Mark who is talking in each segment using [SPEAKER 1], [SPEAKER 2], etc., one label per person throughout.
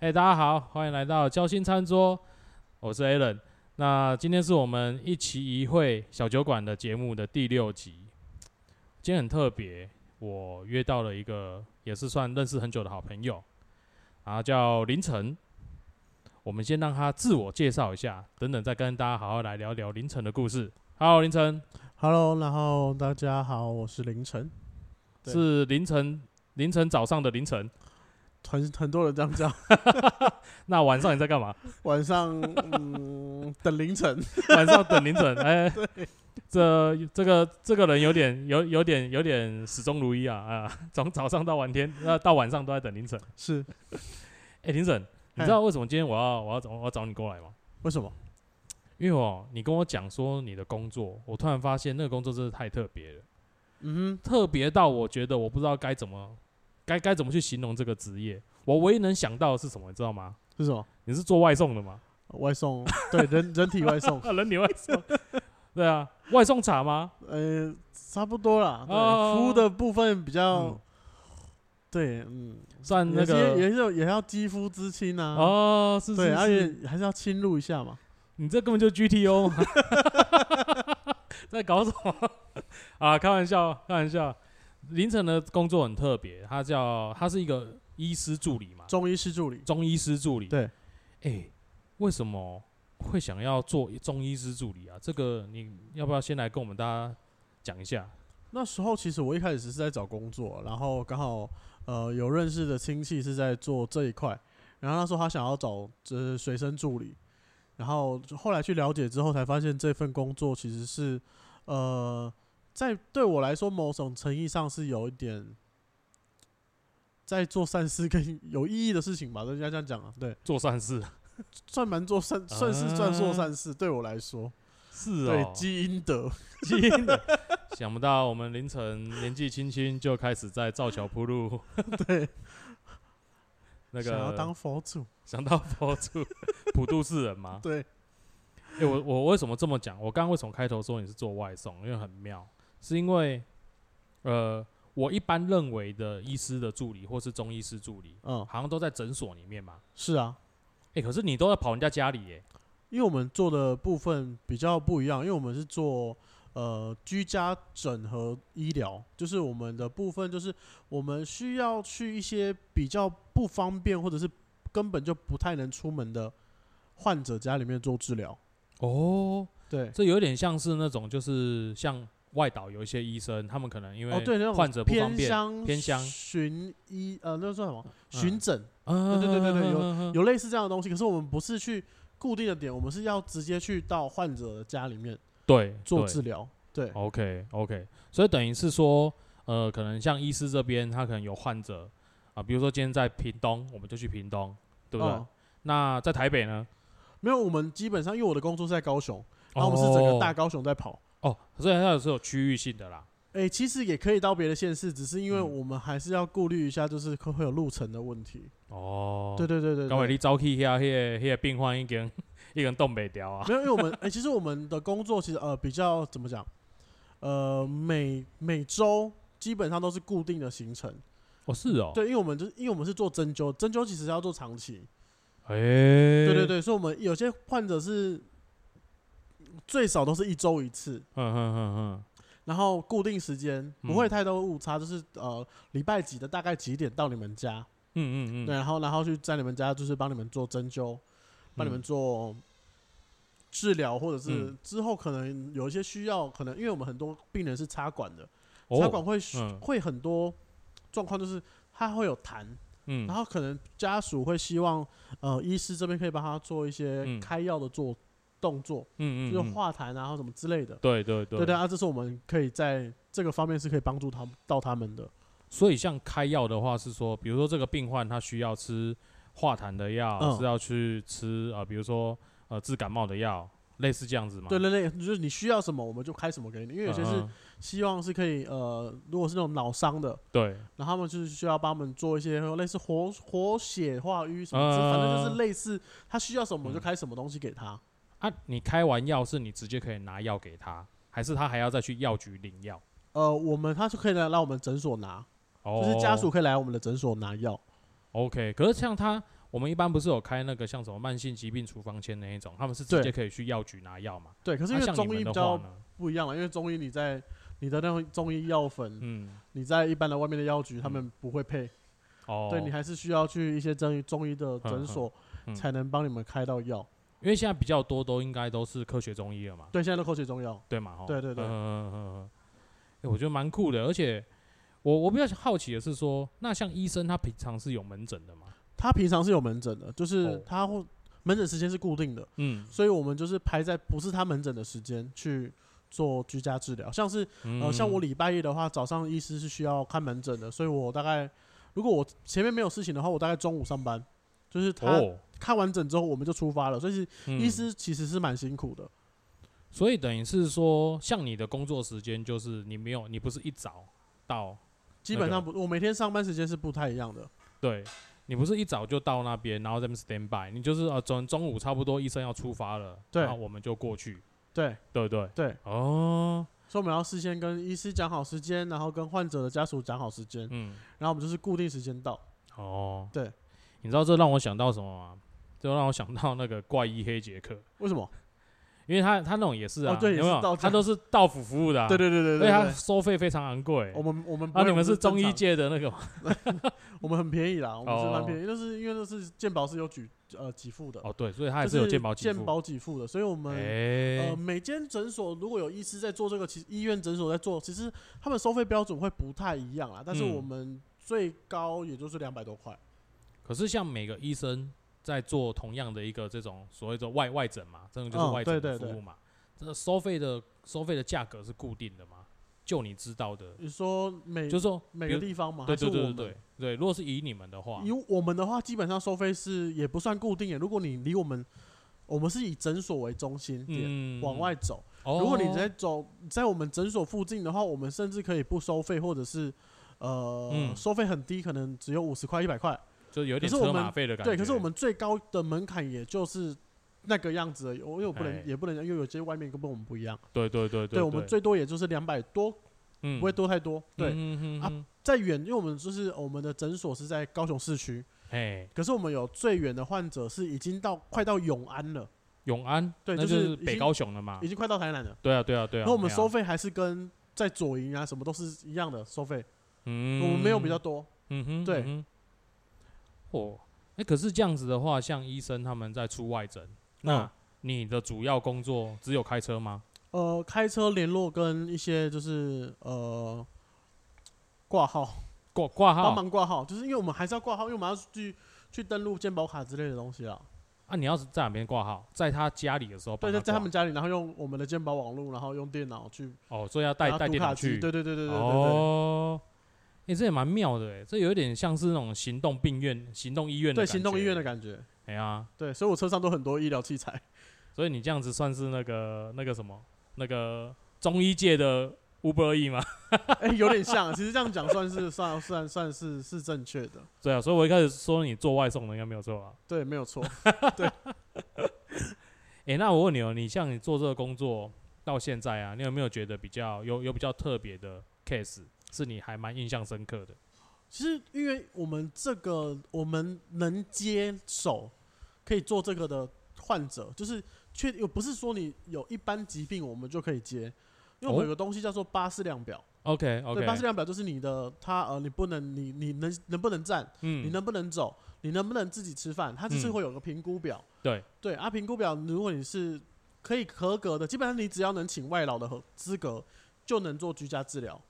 [SPEAKER 1] 大家好，欢迎来到交心餐桌，我是 Alan。那今天是我们一期一会小酒馆的节目的第六集。今天很特别，我约到了一个也是算认识很久的好朋友，然后叫凌晨。我们先让他自我介绍一下，等等再跟大家好好来聊聊凌晨的故事。Hello，凌晨
[SPEAKER 2] Hello，然后大家好，我是凌晨，对
[SPEAKER 1] 是凌晨凌晨早上的凌晨，
[SPEAKER 2] 很很多人这样叫，
[SPEAKER 1] 那晚上你在干嘛？
[SPEAKER 2] 晚上嗯等凌晨，
[SPEAKER 1] 晚上等凌晨，哎、这这个这个人有点有有点有点始终如一啊啊，从早上到晚天，呃，到晚上都在等凌晨。
[SPEAKER 2] 是
[SPEAKER 1] 哎、凌
[SPEAKER 2] 嗯
[SPEAKER 1] 晨，你知道为什么今天我要我要找我要找你过来吗？
[SPEAKER 2] 为什么？
[SPEAKER 1] 因为哦，你跟我讲说你的工作，我突然发现那个工作真的太特别了，
[SPEAKER 2] 嗯
[SPEAKER 1] 特别到我觉得我不知道该怎么该该怎么去形容这个职业。我唯一能想到的是什么，你知道吗？
[SPEAKER 2] 哼，是什么？
[SPEAKER 1] 你是做外送的吗？
[SPEAKER 2] 外送，对人人体外送，
[SPEAKER 1] 啊，人你外 送，对啊，外送茶吗？
[SPEAKER 2] 呃，差不多啦。对
[SPEAKER 1] 哦
[SPEAKER 2] 服务的部分比较
[SPEAKER 1] 嗯，
[SPEAKER 2] 对，嗯，
[SPEAKER 1] 算那个
[SPEAKER 2] 有些也是有也要肌肤之亲啊，
[SPEAKER 1] 哦，是是
[SPEAKER 2] 对，
[SPEAKER 1] 是，
[SPEAKER 2] 而且还是要侵入一下嘛。
[SPEAKER 1] 你这根本就 GTO 嘛，在搞什么啊？开玩笑，开玩笑。凌晨的工作很特别，他叫他是一个医师助理嘛，
[SPEAKER 2] 中医师助理，
[SPEAKER 1] 中医师助理。
[SPEAKER 2] 对
[SPEAKER 1] 哎、为什么会想要做中医师助理啊？这个你要不要先来跟我们大家讲一下？
[SPEAKER 2] 那时候其实我一开始是在找工作，然后刚好呃有认识的亲戚是在做这一块，然后那时候他想要找就是随身助理，然后就后来去了解之后才发现这份工作其实是呃在对我来说某种诚意上是有一点。在做善事跟有意义的事情吧，人家这样讲啊，对，
[SPEAKER 1] 做善事
[SPEAKER 2] 算蛮做善，算是算做善事，对我来说，
[SPEAKER 1] 啊是
[SPEAKER 2] 对
[SPEAKER 1] 哦，
[SPEAKER 2] 积阴德，
[SPEAKER 1] 基因的。想不到我们凌晨年纪轻轻就开始在造桥铺路，
[SPEAKER 2] 对，
[SPEAKER 1] 那个啊
[SPEAKER 2] 想要当佛祖，
[SPEAKER 1] 想到佛祖 普渡世人吗？
[SPEAKER 2] 对，
[SPEAKER 1] 哎、我我为什么这么讲？我刚刚为什么开头说你是做外送？因为很妙，是因为呃，我一般认为的医师的助理或是中医师助理，
[SPEAKER 2] 嗯，
[SPEAKER 1] 好像都在诊所里面嘛。
[SPEAKER 2] 是啊，
[SPEAKER 1] 哎、可是你都在跑人家家里耶、
[SPEAKER 2] 因为我们做的部分比较不一样，因为我们是做呃居家整合医疗，就是我们的部分就是我们需要去一些比较不方便或者是根本就不太能出门的患者家里面做治疗。
[SPEAKER 1] 哦，
[SPEAKER 2] 对，
[SPEAKER 1] 这有点像是那种，就是像外岛有一些医生，他们可能因
[SPEAKER 2] 哦对，那
[SPEAKER 1] 为
[SPEAKER 2] 种
[SPEAKER 1] 患者不方
[SPEAKER 2] 偏
[SPEAKER 1] 便，
[SPEAKER 2] 乡
[SPEAKER 1] 偏乡
[SPEAKER 2] 寻医呃那算什么
[SPEAKER 1] 嗯
[SPEAKER 2] 巡诊、
[SPEAKER 1] 嗯
[SPEAKER 2] 对对对对对
[SPEAKER 1] 有
[SPEAKER 2] 有类似这样的东西，可是我们不是去固定的点，我们是要直接去到患者的家里面
[SPEAKER 1] 对
[SPEAKER 2] 做
[SPEAKER 1] 对哦
[SPEAKER 2] 治疗。对，
[SPEAKER 1] OK OK，所以等于是说，呃，可能像医师这边，他可能有患者啊，比如说今天在屏东，我们就去屏东，对不对？
[SPEAKER 2] 嗯
[SPEAKER 1] 那在台北呢？
[SPEAKER 2] 没有，我们基本上因为我的工作是在高雄，然啊后我们是整个大高雄在跑。
[SPEAKER 1] 哦哦，所以它有是有区域性的啦。
[SPEAKER 2] 诶，其实也可以到别的县市，只是因为
[SPEAKER 1] 嗯
[SPEAKER 2] 我们还是要顾虑一下，就是会会有路程的问题。
[SPEAKER 1] 哦，
[SPEAKER 2] 对对对对
[SPEAKER 1] 刚伟
[SPEAKER 2] 对，
[SPEAKER 1] 你早起遐迄个迄个病患已经 已经冻袂掉啊。
[SPEAKER 2] 没有，因为我们诶，其实我们的工作其实呃比较怎么讲，呃每每周基本上都是固定的行程。
[SPEAKER 1] 哦，是哦，
[SPEAKER 2] 对，因为我们就是因为我们是做针灸，针灸其实要做长期。
[SPEAKER 1] 哎，
[SPEAKER 2] 对
[SPEAKER 1] 对
[SPEAKER 2] 对，对，所以我们有些患者是最少都是一周一次。
[SPEAKER 1] 嗯嗯嗯
[SPEAKER 2] 然后固定时间
[SPEAKER 1] 嗯
[SPEAKER 2] 不会太多误差，就是呃礼拜几的大概几点到你们家，
[SPEAKER 1] 嗯嗯嗯
[SPEAKER 2] 对，
[SPEAKER 1] 嗯，
[SPEAKER 2] 然后然后去在你们家就是帮你们做针灸，帮你们做治疗，或者是
[SPEAKER 1] 嗯
[SPEAKER 2] 之后可能有一些需要，可能因为我们很多病人是插管的，插管
[SPEAKER 1] 哦，
[SPEAKER 2] 会
[SPEAKER 1] 嗯
[SPEAKER 2] 会很多状况，就是他会有痰，
[SPEAKER 1] 嗯
[SPEAKER 2] 然，后可能家属会希望呃医师这边可以帮他做一
[SPEAKER 1] 嗯
[SPEAKER 2] 些开药的做动作，
[SPEAKER 1] 嗯嗯，
[SPEAKER 2] 就是
[SPEAKER 1] 嗯，
[SPEAKER 2] 化痰啊或什么之类的。
[SPEAKER 1] 对对对
[SPEAKER 2] 对对啊，这是我们可以在这个方面是可以帮助他们到他们的。
[SPEAKER 1] 所以像开药的话，是说，比如说这个病患他需要吃化痰的药，
[SPEAKER 2] 嗯
[SPEAKER 1] 是要去吃呃，比如说呃治感冒的药，类似这样子吗？
[SPEAKER 2] 对对对，就是你需要什么我们就开什么给你，因为有些是
[SPEAKER 1] 嗯嗯
[SPEAKER 2] 希望是可以呃，如果是那种脑伤的，
[SPEAKER 1] 对，
[SPEAKER 2] 然后他们就是需要帮我们做一些类似活活血化瘀什么之，
[SPEAKER 1] 嗯
[SPEAKER 2] 反正就是类似他需要什么我们就开什么东西给他。
[SPEAKER 1] 啊，你开完药是你直接可以拿药给他，还是他还要再去药局领药？
[SPEAKER 2] 呃，我们他就可以来让我们诊所拿，
[SPEAKER 1] 哦，
[SPEAKER 2] 就是家属可以来我们的诊所拿药。
[SPEAKER 1] OK。可是像他，我们一般不是有开那个像什么慢性疾病处方签那一种，他们是直接
[SPEAKER 2] 对
[SPEAKER 1] 可以去药局拿药嘛？
[SPEAKER 2] 对，可是因
[SPEAKER 1] 那
[SPEAKER 2] 为
[SPEAKER 1] 啊像你
[SPEAKER 2] 中
[SPEAKER 1] 们
[SPEAKER 2] 医比
[SPEAKER 1] 的话
[SPEAKER 2] 较
[SPEAKER 1] 呢，
[SPEAKER 2] 不一样了，因为中医你在你的那种中医药粉，
[SPEAKER 1] 嗯，
[SPEAKER 2] 你在一般的外面的药局他们不会配，
[SPEAKER 1] 哦，
[SPEAKER 2] 对你还是需要去一些中医中医的
[SPEAKER 1] 嗯
[SPEAKER 2] 诊
[SPEAKER 1] 嗯
[SPEAKER 2] 所
[SPEAKER 1] 嗯
[SPEAKER 2] 才能帮你们开到药。
[SPEAKER 1] 因为现在比较多都应该都是科学中医了嘛，
[SPEAKER 2] 对，现在都口水中药。
[SPEAKER 1] 对嘛？吼
[SPEAKER 2] 对对对
[SPEAKER 1] 嗯嗯嗯嗯嗯，哎我觉得蛮酷的，而且我我比较好奇的是说，那像医生他平常是有门诊的嘛？
[SPEAKER 2] 他平常是有门诊的，就是
[SPEAKER 1] 哦
[SPEAKER 2] 他会门诊时间是固定的，
[SPEAKER 1] 嗯，
[SPEAKER 2] 所以我们就是排在不是他门诊的时间去做居家治疗。像是呃，像我
[SPEAKER 1] 理
[SPEAKER 2] 礼拜一的话，早上医师是需要看门诊的，所以我大概如果我前面没有事情的话，我大概中午上班，就是他
[SPEAKER 1] 哦，
[SPEAKER 2] 看完诊之后我们就出发了，所以是医
[SPEAKER 1] 嗯
[SPEAKER 2] 师其实是蛮辛苦的。
[SPEAKER 1] 所以等于是说，像你的工作时间就是你没有，你不是一早到，
[SPEAKER 2] 基本上不，我每天上班时间是不太一样的。
[SPEAKER 1] 对你不是一早就到那边，然后在那边 stand by，你就是呃中中午差不多医生要出发了，
[SPEAKER 2] 对
[SPEAKER 1] 然后我们就过去，
[SPEAKER 2] 对
[SPEAKER 1] 对不对？
[SPEAKER 2] 对，
[SPEAKER 1] 哦，
[SPEAKER 2] 所以我们要事先跟医师讲好时间，然后跟患者的家属讲好时间，
[SPEAKER 1] 嗯，
[SPEAKER 2] 然后我们就是固定时间到。
[SPEAKER 1] 哦，
[SPEAKER 2] 对，
[SPEAKER 1] 你知道这让我想到什么吗？这让我想到那个怪医黑杰克，
[SPEAKER 2] 为什么？
[SPEAKER 1] 因为他他那种也是啊，
[SPEAKER 2] 哦对也
[SPEAKER 1] 有
[SPEAKER 2] 是
[SPEAKER 1] 没有？
[SPEAKER 2] 到
[SPEAKER 1] 他都是到府服务的、啊，
[SPEAKER 2] 对对
[SPEAKER 1] 所
[SPEAKER 2] 对对对
[SPEAKER 1] 以
[SPEAKER 2] 对
[SPEAKER 1] 他收费非常昂贵。
[SPEAKER 2] 我们我们不
[SPEAKER 1] 啊，
[SPEAKER 2] 会
[SPEAKER 1] 你们是中
[SPEAKER 2] 正
[SPEAKER 1] 医
[SPEAKER 2] 常
[SPEAKER 1] 界的那个吗，
[SPEAKER 2] 我们很便宜啦，我们是
[SPEAKER 1] 哦
[SPEAKER 2] 蛮便宜，但是因为那是健保是有举呃给付的，
[SPEAKER 1] 哦，对，所以他也
[SPEAKER 2] 就是
[SPEAKER 1] 有健保给付
[SPEAKER 2] 健。保给付的，所以我们
[SPEAKER 1] 哎
[SPEAKER 2] 呃，每间诊所如果有医师在做这个，其实医院诊所在做，其实他们收费标准会不太一样啦，但是
[SPEAKER 1] 嗯
[SPEAKER 2] 我们最高也就是两百多块，
[SPEAKER 1] 可是像每个医生在做同样的一个这种所谓的外外诊嘛，这种就是
[SPEAKER 2] 嗯
[SPEAKER 1] 外诊
[SPEAKER 2] 对
[SPEAKER 1] 的
[SPEAKER 2] 对
[SPEAKER 1] 服务
[SPEAKER 2] 对
[SPEAKER 1] 嘛，这收费的收费的价格是固定的吗？就你知道的，
[SPEAKER 2] 你说每
[SPEAKER 1] 就是说
[SPEAKER 2] 嗯每
[SPEAKER 1] 比
[SPEAKER 2] 个
[SPEAKER 1] 如
[SPEAKER 2] 地方嘛，
[SPEAKER 1] 对
[SPEAKER 2] 还是
[SPEAKER 1] 对对
[SPEAKER 2] 我
[SPEAKER 1] 对
[SPEAKER 2] 们
[SPEAKER 1] 对对，如果是以你们的话
[SPEAKER 2] 以，我们的话，基本上收费是也不算固定的，如果你离我们，我们是以诊所为中心点、
[SPEAKER 1] 嗯
[SPEAKER 2] 往外，走。
[SPEAKER 1] 哦
[SPEAKER 2] 如果你在走在我们诊所附近的话，我们甚至可以不收费，或者是呃、
[SPEAKER 1] 嗯
[SPEAKER 2] 收费很低，可能只有五十块、一百块。
[SPEAKER 1] 就有点
[SPEAKER 2] 可是我
[SPEAKER 1] 车
[SPEAKER 2] 们
[SPEAKER 1] 马费的感觉，
[SPEAKER 2] 对，可是我们最高的门槛也就是那个样子而已。我因为我不
[SPEAKER 1] 哎
[SPEAKER 2] 能也不能，因为有些外面跟我们不一样。
[SPEAKER 1] 对对对
[SPEAKER 2] 我们最多也就是两百多，
[SPEAKER 1] 嗯
[SPEAKER 2] 不会多太多。对，
[SPEAKER 1] 嗯嗯
[SPEAKER 2] 啊
[SPEAKER 1] 嗯
[SPEAKER 2] 再远，因为我们就是哦我们的诊所是在高雄市区，
[SPEAKER 1] 哎，
[SPEAKER 2] 可是我们有最远的患者是已经到快到永安了，
[SPEAKER 1] 永安，
[SPEAKER 2] 对
[SPEAKER 1] 那
[SPEAKER 2] 就是是已
[SPEAKER 1] 北
[SPEAKER 2] 经
[SPEAKER 1] 高雄了嘛
[SPEAKER 2] 已，经快到台南了。
[SPEAKER 1] 对啊对啊对啊，
[SPEAKER 2] 那我们
[SPEAKER 1] 对啊
[SPEAKER 2] 收，费还是跟在左营啊什么都是一样的收费，
[SPEAKER 1] 嗯，
[SPEAKER 2] 我们没有比较多。
[SPEAKER 1] 嗯哼，
[SPEAKER 2] 对
[SPEAKER 1] 嗯哼。哦，哎、可是这样子的话，像医生他们在出外诊，那
[SPEAKER 2] 嗯
[SPEAKER 1] 你的主要工作只有开车吗？嗯
[SPEAKER 2] 呃，开车联络跟一些就是呃挂号，
[SPEAKER 1] 挂挂
[SPEAKER 2] 帮
[SPEAKER 1] 号
[SPEAKER 2] 忙挂号，就是因为我们还是要挂号，因为我们要去去登录健保卡之类的东西啊。
[SPEAKER 1] 啊？你要是在哪边挂号，在他家里的时候帮
[SPEAKER 2] 对，在在
[SPEAKER 1] 挂
[SPEAKER 2] 他们家里，然后用我们的健保网络，然后用电脑去
[SPEAKER 1] 哦，所以要带
[SPEAKER 2] 拿
[SPEAKER 1] 带
[SPEAKER 2] 读
[SPEAKER 1] 电
[SPEAKER 2] 卡
[SPEAKER 1] 脑去，
[SPEAKER 2] 机对对对对对对对
[SPEAKER 1] 哦，哎、这也蛮妙的哎，这有点像是那种行动病院、行动医院的
[SPEAKER 2] 对，
[SPEAKER 1] 感觉，
[SPEAKER 2] 行动医院的感觉。
[SPEAKER 1] 哎呀，
[SPEAKER 2] 对，所以我车上都很多医疗器材。
[SPEAKER 1] 所以你这样子算是那个那个什么那个中医界的 Uber E 吗？
[SPEAKER 2] 哎、有点像，其实这样讲算是算算算是是正确的，
[SPEAKER 1] 对啊，所以我一开始说你做外送的应该没有错啊。
[SPEAKER 2] 对，没有错。
[SPEAKER 1] 诶，那我问你哦，你像你做这个工作到现在啊，你有没有觉得比较有有比较特别的 case 是你还蛮印象深刻的？
[SPEAKER 2] 其实，因为我们这个我们能接手可以做这个的患者，就是确又不是说你有一般疾病我们就可以接，因为我
[SPEAKER 1] 哦
[SPEAKER 2] 们有个东西叫做巴氏量表。
[SPEAKER 1] OK
[SPEAKER 2] 对，巴
[SPEAKER 1] OK，
[SPEAKER 2] 氏量表就是你的它呃，你不能你你能能不能站，你
[SPEAKER 1] 嗯，
[SPEAKER 2] 能不能走，你能不能自己吃饭，它就是
[SPEAKER 1] 嗯
[SPEAKER 2] 会有个评估表。
[SPEAKER 1] 对
[SPEAKER 2] 对啊，评估表如果你是可以合格的，基本上你只要能请外劳的合资格，就能做居家治疗。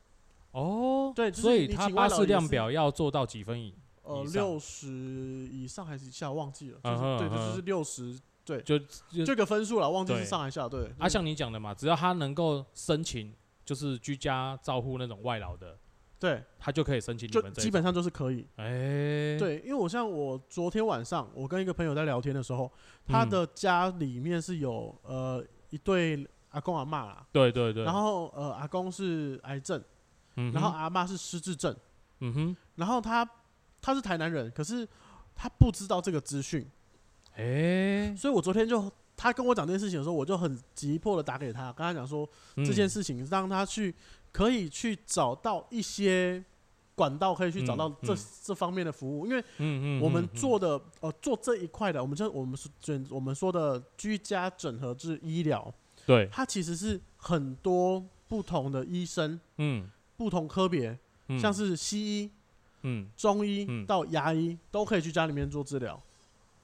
[SPEAKER 1] 哦，
[SPEAKER 2] 对就是
[SPEAKER 1] 所以
[SPEAKER 2] 你
[SPEAKER 1] 他
[SPEAKER 2] 请
[SPEAKER 1] 巴
[SPEAKER 2] 外劳
[SPEAKER 1] 士
[SPEAKER 2] 也
[SPEAKER 1] 量
[SPEAKER 2] 是
[SPEAKER 1] 表要做到几分以，
[SPEAKER 2] 呃，
[SPEAKER 1] 以上
[SPEAKER 2] 六十以上还是以下忘记了，就
[SPEAKER 1] 嗯
[SPEAKER 2] 是、
[SPEAKER 1] 哼
[SPEAKER 2] 对，
[SPEAKER 1] 嗯哼
[SPEAKER 2] 这就是六十
[SPEAKER 1] 就就
[SPEAKER 2] 这个分数了，忘记
[SPEAKER 1] 对
[SPEAKER 2] 是上还是下，对。
[SPEAKER 1] 啊，像你讲的嘛，只要他能够申请，就是居家照护那种外劳的，
[SPEAKER 2] 对，
[SPEAKER 1] 他就可以申请你
[SPEAKER 2] 就
[SPEAKER 1] 们这一
[SPEAKER 2] 基本上就是可以。
[SPEAKER 1] 种，哎，，
[SPEAKER 2] 对，因为我像我昨天晚上，我跟一个朋友在聊天的时候，他
[SPEAKER 1] 嗯
[SPEAKER 2] 的家里面是有呃一对阿公阿嬷啦，
[SPEAKER 1] 对对对，
[SPEAKER 2] 然后呃阿公是癌症，
[SPEAKER 1] 嗯哼，
[SPEAKER 2] 然后阿嬷是失智症，
[SPEAKER 1] 嗯哼，
[SPEAKER 2] 然后他他是台南人，可是他不知道这个资讯，
[SPEAKER 1] 哎，
[SPEAKER 2] 所以我昨天就他跟我讲这件事情的时候，我就很急迫的打给他，跟他讲说。这件
[SPEAKER 1] 嗯
[SPEAKER 2] 事情，让他去可以去找到一些管道可以去找到
[SPEAKER 1] 嗯
[SPEAKER 2] 这、
[SPEAKER 1] 嗯
[SPEAKER 2] 这方面的服务，因为
[SPEAKER 1] 嗯嗯，
[SPEAKER 2] 我们
[SPEAKER 1] 嗯嗯
[SPEAKER 2] 做的呃做这一块的，我们就我们是整我们说的居家整合制医疗，
[SPEAKER 1] 对，
[SPEAKER 2] 它其实是很多不同的医生、
[SPEAKER 1] 嗯，
[SPEAKER 2] 不同科别，
[SPEAKER 1] 嗯
[SPEAKER 2] 像是西医、
[SPEAKER 1] 嗯，
[SPEAKER 2] 中医、
[SPEAKER 1] 嗯
[SPEAKER 2] 到牙医，都可以去家里面做治疗。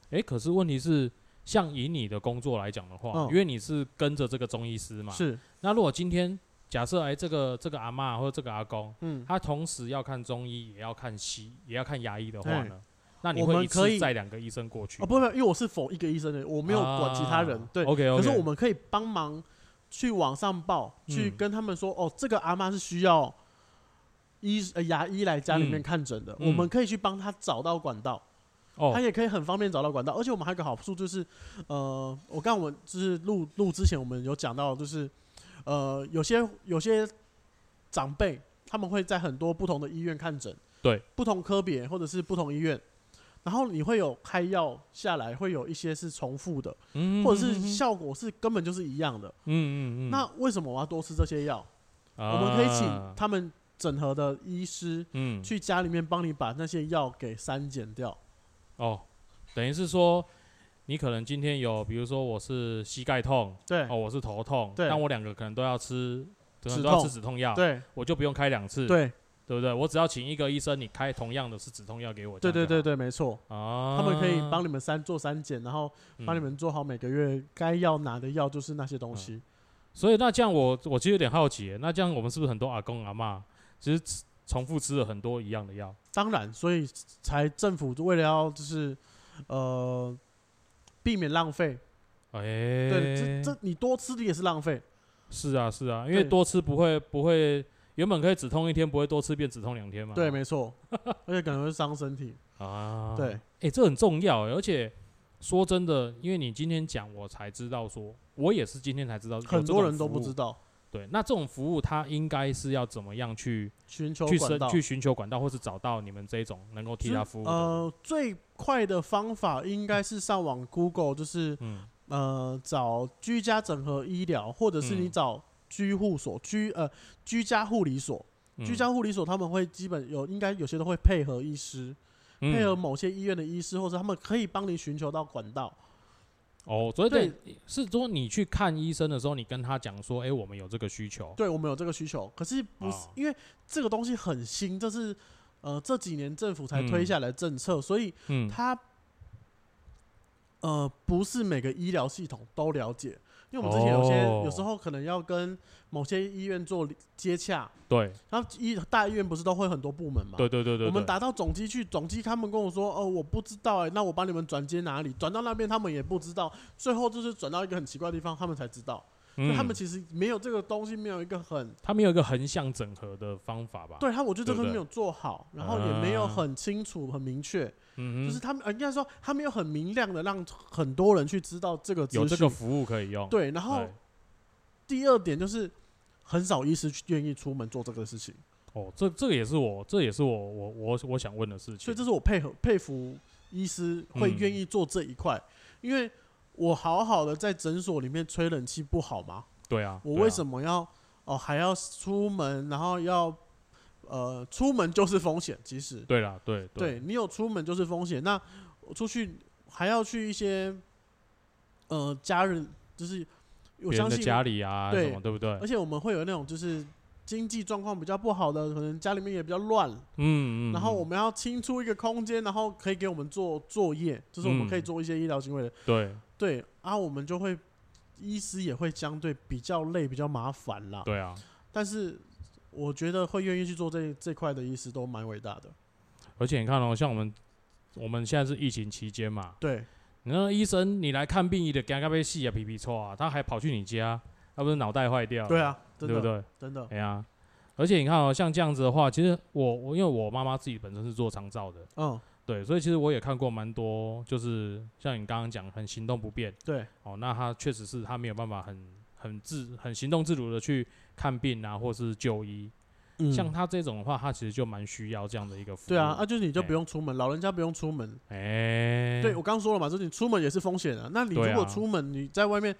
[SPEAKER 1] 哎、可是问题是，像以你的工作来讲的话，
[SPEAKER 2] 嗯
[SPEAKER 1] 因为你是跟着这个中医师嘛，。
[SPEAKER 2] 是，
[SPEAKER 1] 那如果今天假设哎、这个这个阿嬷啊或者这个阿公，
[SPEAKER 2] 嗯，
[SPEAKER 1] 他同时要看中医，也要看西，也要看牙医的话
[SPEAKER 2] 哎
[SPEAKER 1] 呢，那你
[SPEAKER 2] 我
[SPEAKER 1] 会
[SPEAKER 2] 们
[SPEAKER 1] 一
[SPEAKER 2] 可
[SPEAKER 1] 次
[SPEAKER 2] 以
[SPEAKER 1] 带两个医生过去
[SPEAKER 2] 哦
[SPEAKER 1] 吗？
[SPEAKER 2] 不不，因为我是否一个医生的，我没有管其他人，对。
[SPEAKER 1] ，OK OK。
[SPEAKER 2] 可是我们可以帮忙去网上报，去
[SPEAKER 1] 嗯
[SPEAKER 2] 跟他们说，哦，这个阿妈是需要医呃牙医来家里面
[SPEAKER 1] 嗯
[SPEAKER 2] 看诊的，
[SPEAKER 1] 嗯
[SPEAKER 2] 我们可以去帮他找到管道。他
[SPEAKER 1] 哦，
[SPEAKER 2] 也可以很方便找到管道，而且我们还有个好处就是，呃，我刚我们就是录录之前，我们有讲到，就是呃，有些有些长辈他们会在很多不同的医院看诊，
[SPEAKER 1] 对，
[SPEAKER 2] 不同科别或者是不同医院，然后你会有开药下来，会有一些是重复的，
[SPEAKER 1] 嗯
[SPEAKER 2] 或者是
[SPEAKER 1] 嗯嗯
[SPEAKER 2] 效果是根本就是一样的。
[SPEAKER 1] 嗯嗯嗯，
[SPEAKER 2] 那为什么我要多吃这些药？
[SPEAKER 1] 啊
[SPEAKER 2] 我们可以请他们整合的医师
[SPEAKER 1] 嗯
[SPEAKER 2] 去家里面帮你把那些药给删减掉。
[SPEAKER 1] 哦，等于是说，你可能今天有，比如说我是膝盖痛，
[SPEAKER 2] 对，
[SPEAKER 1] 哦，我是头痛，
[SPEAKER 2] 对
[SPEAKER 1] 但我两个可能都要吃，可能
[SPEAKER 2] 止
[SPEAKER 1] 都要
[SPEAKER 2] 痛
[SPEAKER 1] 吃止痛药，
[SPEAKER 2] 对，
[SPEAKER 1] 我就不用开两次，
[SPEAKER 2] 对。
[SPEAKER 1] 对不对？我只要请一个医生，你开同样的是止痛药给我，
[SPEAKER 2] 对对对
[SPEAKER 1] 对，
[SPEAKER 2] 对，没错，
[SPEAKER 1] 啊，
[SPEAKER 2] 他们可以帮你们删做删减，然后
[SPEAKER 1] 嗯
[SPEAKER 2] 帮你们做好每个月该要拿的药，就是那些东西。
[SPEAKER 1] 嗯所以那这样我我其实有点好奇耶，那这样我们是不是很多阿公阿嬷其实吃重复吃了很多一样的药？
[SPEAKER 2] 当然，所以才政府为了要就是呃避免浪费，
[SPEAKER 1] 哎、
[SPEAKER 2] 对，这这你多吃的也是浪费，
[SPEAKER 1] 是啊是啊，因为
[SPEAKER 2] 对
[SPEAKER 1] 多吃不会不会，原本可以止痛一天，不会多吃变止痛两天嘛？
[SPEAKER 2] 对，没错，而且可能会伤身体，
[SPEAKER 1] 啊，
[SPEAKER 2] 对，
[SPEAKER 1] 哎、这很重要欸，而且说真的，因为你今天讲，我才知道说，我也是今天才知道，
[SPEAKER 2] 很多人都不知
[SPEAKER 1] 道。
[SPEAKER 2] 道
[SPEAKER 1] 对，那这种服务它应该是要怎么样去
[SPEAKER 2] 寻求
[SPEAKER 1] 去
[SPEAKER 2] 管
[SPEAKER 1] 申
[SPEAKER 2] 道
[SPEAKER 1] 去。寻求管道，或是找到你们这一种能够替他服务的？
[SPEAKER 2] 呃，最快的方法应该是上网 Google，就是
[SPEAKER 1] 嗯
[SPEAKER 2] 呃找居家整合医疗，或者是你
[SPEAKER 1] 嗯
[SPEAKER 2] 找居护所、居呃居家护理所、
[SPEAKER 1] 嗯
[SPEAKER 2] 居家护理所，他们会基本有应该有些都会配合医师，
[SPEAKER 1] 嗯
[SPEAKER 2] 配合某些医院的医师，或者他们可以帮你寻求到管道。
[SPEAKER 1] 哦，所以
[SPEAKER 2] 对
[SPEAKER 1] 对是说你去看医生的时候，你跟他讲说，哎、我们有这个需求。
[SPEAKER 2] 对我们有这个需求，可是不是、
[SPEAKER 1] 哦
[SPEAKER 2] 因为这个东西很新，这是呃这几年政府才推
[SPEAKER 1] 嗯
[SPEAKER 2] 下来的政策，所以
[SPEAKER 1] 嗯，
[SPEAKER 2] 它呃不是每个医疗系统都了解。因为我们之前有些、有时
[SPEAKER 1] 哦
[SPEAKER 2] 候可能要跟某些医院做接洽，
[SPEAKER 1] 对
[SPEAKER 2] 然后医大医院不是都会很多部门嘛？
[SPEAKER 1] 对对对对，
[SPEAKER 2] 我们
[SPEAKER 1] 对
[SPEAKER 2] 打到总机去，总机他们跟我说，哦，我不知道哎、那我帮你们转接哪里？转到那边他们也不知道，最后就是转到一个很奇怪的地方，他们才知道。所以
[SPEAKER 1] 嗯
[SPEAKER 2] 他们其实没有这个东西，没有一个很
[SPEAKER 1] 他们有一个横向整合的方法吧？
[SPEAKER 2] 对他，我觉得这
[SPEAKER 1] 对
[SPEAKER 2] 个
[SPEAKER 1] 不对
[SPEAKER 2] 没有做好，然后也没有
[SPEAKER 1] 啊
[SPEAKER 2] 很清楚、很明确，
[SPEAKER 1] 嗯哼，
[SPEAKER 2] 就是他们呃应该说他没有很明亮的让很多人去知道这个资
[SPEAKER 1] 有这个哎
[SPEAKER 2] 讯。
[SPEAKER 1] 服务可以用。
[SPEAKER 2] 对，然
[SPEAKER 1] 对，
[SPEAKER 2] 后第二点就是很少医师去愿意出门做这个事情。
[SPEAKER 1] 哦，这这个也是我，这也是我我我我想问的事情。
[SPEAKER 2] 所以这是我配合佩服医师会
[SPEAKER 1] 嗯
[SPEAKER 2] 愿意做这一块，因为我好好的在诊所里面吹冷气不好吗？
[SPEAKER 1] 对啊，
[SPEAKER 2] 我
[SPEAKER 1] 对啊
[SPEAKER 2] 为什么要哦还要出门，然后要呃出门就是风险，其实
[SPEAKER 1] 对啦，对
[SPEAKER 2] 对你有出门就是风险，那出去还要去一些呃家人，就是我
[SPEAKER 1] 别人
[SPEAKER 2] 相
[SPEAKER 1] 的
[SPEAKER 2] 信，
[SPEAKER 1] 家里啊，
[SPEAKER 2] 对
[SPEAKER 1] 什么对不对？
[SPEAKER 2] 而且我们会有那种就是经济状况比较不好的，可能家里面也比较乱，
[SPEAKER 1] 嗯嗯。
[SPEAKER 2] 然后我
[SPEAKER 1] 嗯
[SPEAKER 2] 们要清出一个空间，然后可以给我们做作业，就是我们
[SPEAKER 1] 嗯
[SPEAKER 2] 可以做一些医疗行为的。
[SPEAKER 1] 对
[SPEAKER 2] 对啊，我们就会医师也会相对比较累、比较麻烦啦。
[SPEAKER 1] 对啊，
[SPEAKER 2] 但是我觉得会愿意去做这这块的医师都蛮伟大的。
[SPEAKER 1] 而且你看哦，像我们我们现在是疫情期间嘛，
[SPEAKER 2] 对，
[SPEAKER 1] 你那医生你来看病，你的尴尬被戏啊，皮皮错啊，他还跑去你家，啊他不是脑袋坏掉？
[SPEAKER 2] 对，啊，真
[SPEAKER 1] 对
[SPEAKER 2] 的，
[SPEAKER 1] 不对？
[SPEAKER 2] 真的，
[SPEAKER 1] 哎呀，而且你看哦，像这样子的话，其实我我因为我妈妈自己本身是做长照的，
[SPEAKER 2] 嗯，
[SPEAKER 1] 对，所以其实我也看过蛮多，就是像你刚刚讲很行动不便。
[SPEAKER 2] 对，
[SPEAKER 1] 哦，那他确实是他没有办法很很自很行动自如的去看病啊，或是就医。
[SPEAKER 2] 嗯
[SPEAKER 1] 像他这种的话，他其实就蛮需要这样的一个服务。
[SPEAKER 2] 对啊，啊，，就是你就
[SPEAKER 1] 哎
[SPEAKER 2] 不用出门，老人家不用出门。
[SPEAKER 1] 哎、
[SPEAKER 2] 对我刚说了嘛，就是你出门也是风险啊。那你
[SPEAKER 1] 对
[SPEAKER 2] 如果
[SPEAKER 1] 啊
[SPEAKER 2] 出门，你在外面，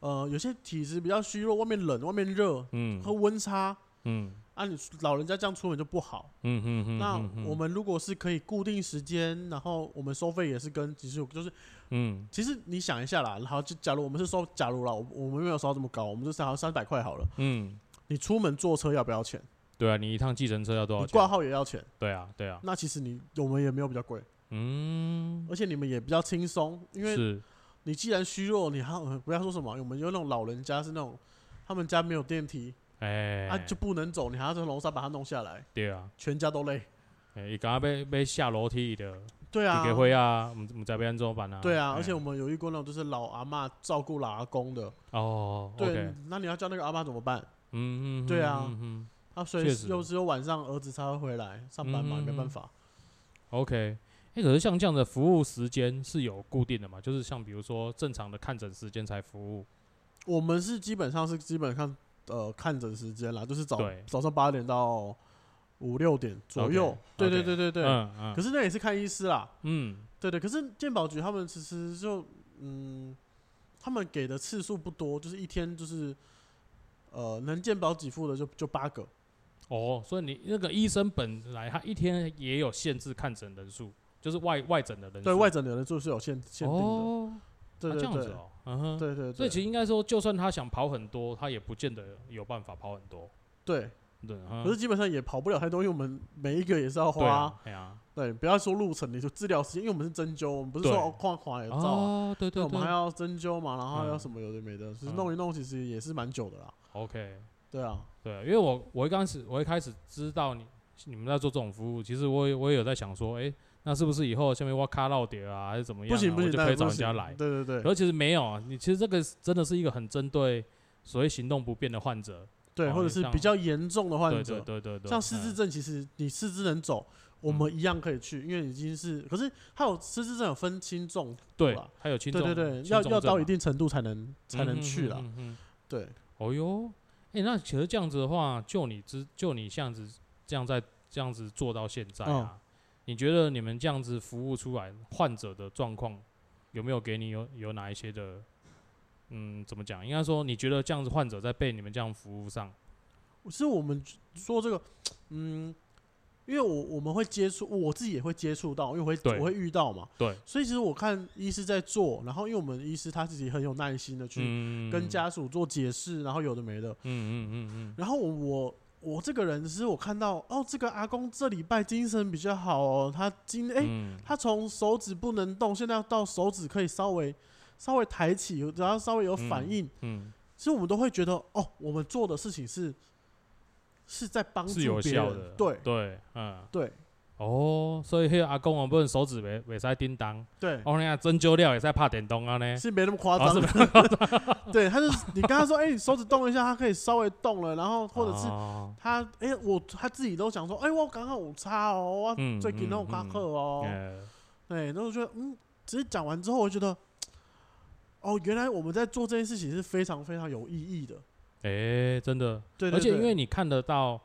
[SPEAKER 2] 呃，有些体质比较虚弱，外面冷，外面热，
[SPEAKER 1] 嗯
[SPEAKER 2] 和温差，
[SPEAKER 1] 嗯，
[SPEAKER 2] 啊，你老人家这样出门就不好。
[SPEAKER 1] 嗯哼哼，
[SPEAKER 2] 那
[SPEAKER 1] 哼哼
[SPEAKER 2] 我们如果是可以固定时间，然后我们收费也是跟集市有，就是
[SPEAKER 1] 嗯
[SPEAKER 2] 其实你想一下啦，好，就假如我们是收，假如啦，我我们没有收这么高，我们就三三百块好了。
[SPEAKER 1] 嗯，
[SPEAKER 2] 你出门坐车要不要钱？
[SPEAKER 1] 对啊，你一趟计程车要多少
[SPEAKER 2] 你挂
[SPEAKER 1] 钱？
[SPEAKER 2] 号也要钱。
[SPEAKER 1] 对啊，对啊，
[SPEAKER 2] 那其实你我们也没有比较贵，
[SPEAKER 1] 嗯，
[SPEAKER 2] 而且你们也比较轻松，因为啊
[SPEAKER 1] 是，
[SPEAKER 2] 你既然虚弱，你还要呃不要说什么，我们有那种老人家是那种他们家没有电梯，
[SPEAKER 1] 哎，
[SPEAKER 2] 啊就不能走，你还要从楼上把他弄下来，
[SPEAKER 1] 对啊，
[SPEAKER 2] 全家都累。
[SPEAKER 1] 哎，伊刚刚被被下楼梯的，
[SPEAKER 2] 对啊
[SPEAKER 1] 你，给会啊，我们我们在边怎么办啊？
[SPEAKER 2] 对啊，
[SPEAKER 1] 哎
[SPEAKER 2] 而且我们有遇过那种就是老阿嬷照顾老阿公的，
[SPEAKER 1] 哦，
[SPEAKER 2] 对
[SPEAKER 1] OK，，
[SPEAKER 2] 那你要叫那个阿嬷怎么办？
[SPEAKER 1] 嗯嗯，
[SPEAKER 2] 对啊
[SPEAKER 1] 嗯嗯
[SPEAKER 2] 啊，所
[SPEAKER 1] 确
[SPEAKER 2] 以
[SPEAKER 1] 实
[SPEAKER 2] 又只有晚上儿子才会回来上班嘛，
[SPEAKER 1] 嗯
[SPEAKER 2] 没办法。
[SPEAKER 1] ，OK。哎，可是像这样的服务时间是有固定的嘛？就是像比如说正常的看诊时间才服务，
[SPEAKER 2] 我们是基本上是基本上呃看诊时间啦，就是早
[SPEAKER 1] 对
[SPEAKER 2] 早上八点到五六点左右。
[SPEAKER 1] OK，
[SPEAKER 2] 对对
[SPEAKER 1] OK
[SPEAKER 2] 对对对。
[SPEAKER 1] 嗯嗯，
[SPEAKER 2] 可是那也是看医师啦，
[SPEAKER 1] 嗯
[SPEAKER 2] 对对。可是健保局他们其实就嗯，他们给的次数不多，就是一天就是呃能健保给付的就就八个。
[SPEAKER 1] 哦，所以你那个医生本来他一天也有限制看诊人数，就是外外诊的人数，
[SPEAKER 2] 对外诊的人数是有限限定的，
[SPEAKER 1] 哦，
[SPEAKER 2] 对
[SPEAKER 1] 啊
[SPEAKER 2] 对
[SPEAKER 1] 这样
[SPEAKER 2] 对，
[SPEAKER 1] 子哦，嗯哼，
[SPEAKER 2] 对对对，
[SPEAKER 1] 所以其实应该说，就算他想跑很多，他也不见得有办法跑很多，
[SPEAKER 2] 对，
[SPEAKER 1] 对，嗯
[SPEAKER 2] 可是基本上也跑不了太多，因为我们每一个也是要
[SPEAKER 1] 对
[SPEAKER 2] 花
[SPEAKER 1] 啊，哎呀，
[SPEAKER 2] 对，不要说路程，你说治疗时间，因为我们是针灸，我们不是
[SPEAKER 1] 对
[SPEAKER 2] 说哦换滑也照啊，
[SPEAKER 1] 哦，对对
[SPEAKER 2] 对，我们还
[SPEAKER 1] 对
[SPEAKER 2] 要针灸嘛，然后
[SPEAKER 1] 嗯
[SPEAKER 2] 要什么有的没的，其实弄一弄其实也是蛮久的啦。
[SPEAKER 1] ，OK，
[SPEAKER 2] 对啊，
[SPEAKER 1] 对，因为我我一开始我一开始知道你你们在做这种服务，其实我也我也有在想说，哎，那是不是以后下面挖卡绕碟啊，还是怎么样啊，
[SPEAKER 2] 不行不
[SPEAKER 1] 我
[SPEAKER 2] 行，
[SPEAKER 1] 就
[SPEAKER 2] 那
[SPEAKER 1] 可以
[SPEAKER 2] 也不
[SPEAKER 1] 找人
[SPEAKER 2] 行
[SPEAKER 1] 家来，
[SPEAKER 2] 对对
[SPEAKER 1] 可
[SPEAKER 2] 对
[SPEAKER 1] 是其实没有啊，你其实这个真的是一个很针对所谓行动不便的患者，
[SPEAKER 2] 对，
[SPEAKER 1] 哦
[SPEAKER 2] 或者是
[SPEAKER 1] 像
[SPEAKER 2] 比较严重的患
[SPEAKER 1] 对对
[SPEAKER 2] 者，
[SPEAKER 1] 对对对，
[SPEAKER 2] 像失智
[SPEAKER 1] 嗯
[SPEAKER 2] 症，其实你失智能走，我们一样可以去，因为已经是，可是还有失智症有分轻重，
[SPEAKER 1] 对
[SPEAKER 2] 吧，
[SPEAKER 1] 还有轻
[SPEAKER 2] 啊对
[SPEAKER 1] 重
[SPEAKER 2] 对对，
[SPEAKER 1] 轻
[SPEAKER 2] 要
[SPEAKER 1] 重
[SPEAKER 2] 要
[SPEAKER 1] 症
[SPEAKER 2] 到
[SPEAKER 1] 嘛
[SPEAKER 2] 一定程度才能才
[SPEAKER 1] 嗯
[SPEAKER 2] 能
[SPEAKER 1] 哼
[SPEAKER 2] 去
[SPEAKER 1] 哼
[SPEAKER 2] 啦。
[SPEAKER 1] 哼哼
[SPEAKER 2] 对，
[SPEAKER 1] 哦哟，哎，那其实这样子的话，就你之就你这样子这样在这样子做到现在
[SPEAKER 2] 嗯
[SPEAKER 1] 啊，你觉得你们这样子服务出来患者的状况有没有给你有有哪一些的？嗯，怎么讲？应该说，你觉得这样子患者在被你们这样服务上，
[SPEAKER 2] 是我们说这个，嗯，因为我我们会接触，我自己也会接触到，因为我会
[SPEAKER 1] 对
[SPEAKER 2] 我会遇到嘛，
[SPEAKER 1] 对，
[SPEAKER 2] 所以其实我看医师在做，然后因为我们医师他自己很有耐心的去
[SPEAKER 1] 嗯，
[SPEAKER 2] 跟，家属做解释，然后有的没的，
[SPEAKER 1] 嗯嗯嗯嗯，
[SPEAKER 2] 然后我我我这个人是我看到哦，这个阿公这礼拜精神比较好哦，他今哎、
[SPEAKER 1] 嗯
[SPEAKER 2] 他从手指不能动，现在到手指可以稍微稍微抬起，然后稍微有反应，
[SPEAKER 1] 嗯，
[SPEAKER 2] 其实我们都会觉得哦，我们做的事情是是在帮助
[SPEAKER 1] 是有
[SPEAKER 2] 别
[SPEAKER 1] 效
[SPEAKER 2] 人
[SPEAKER 1] 的，
[SPEAKER 2] 对
[SPEAKER 1] 对，嗯，
[SPEAKER 2] 对
[SPEAKER 1] 哦，所以迄个阿公原本手指袂袂使叮当，
[SPEAKER 2] 对，
[SPEAKER 1] 哦，人家针灸了会使拍电动啊呢，
[SPEAKER 2] 是没那么夸张
[SPEAKER 1] 哦是
[SPEAKER 2] 的。 对，他就是你跟他说，哎、你手指动一下，他可以稍微动了，然后或者是
[SPEAKER 1] 哦
[SPEAKER 2] 他，哎、我他自己都想说，哎、我刚刚有差哦，我
[SPEAKER 1] 嗯
[SPEAKER 2] 最近
[SPEAKER 1] 嗯
[SPEAKER 2] 那种卡
[SPEAKER 1] 嗯
[SPEAKER 2] 克哦，
[SPEAKER 1] 呃
[SPEAKER 2] 对，然后我觉得，嗯，只是讲完之后，我就觉得，哦，原来我们在做这件事情是非常非常有意义的。
[SPEAKER 1] 诶，真的，
[SPEAKER 2] 对对
[SPEAKER 1] 而且
[SPEAKER 2] 对
[SPEAKER 1] 因为你看得到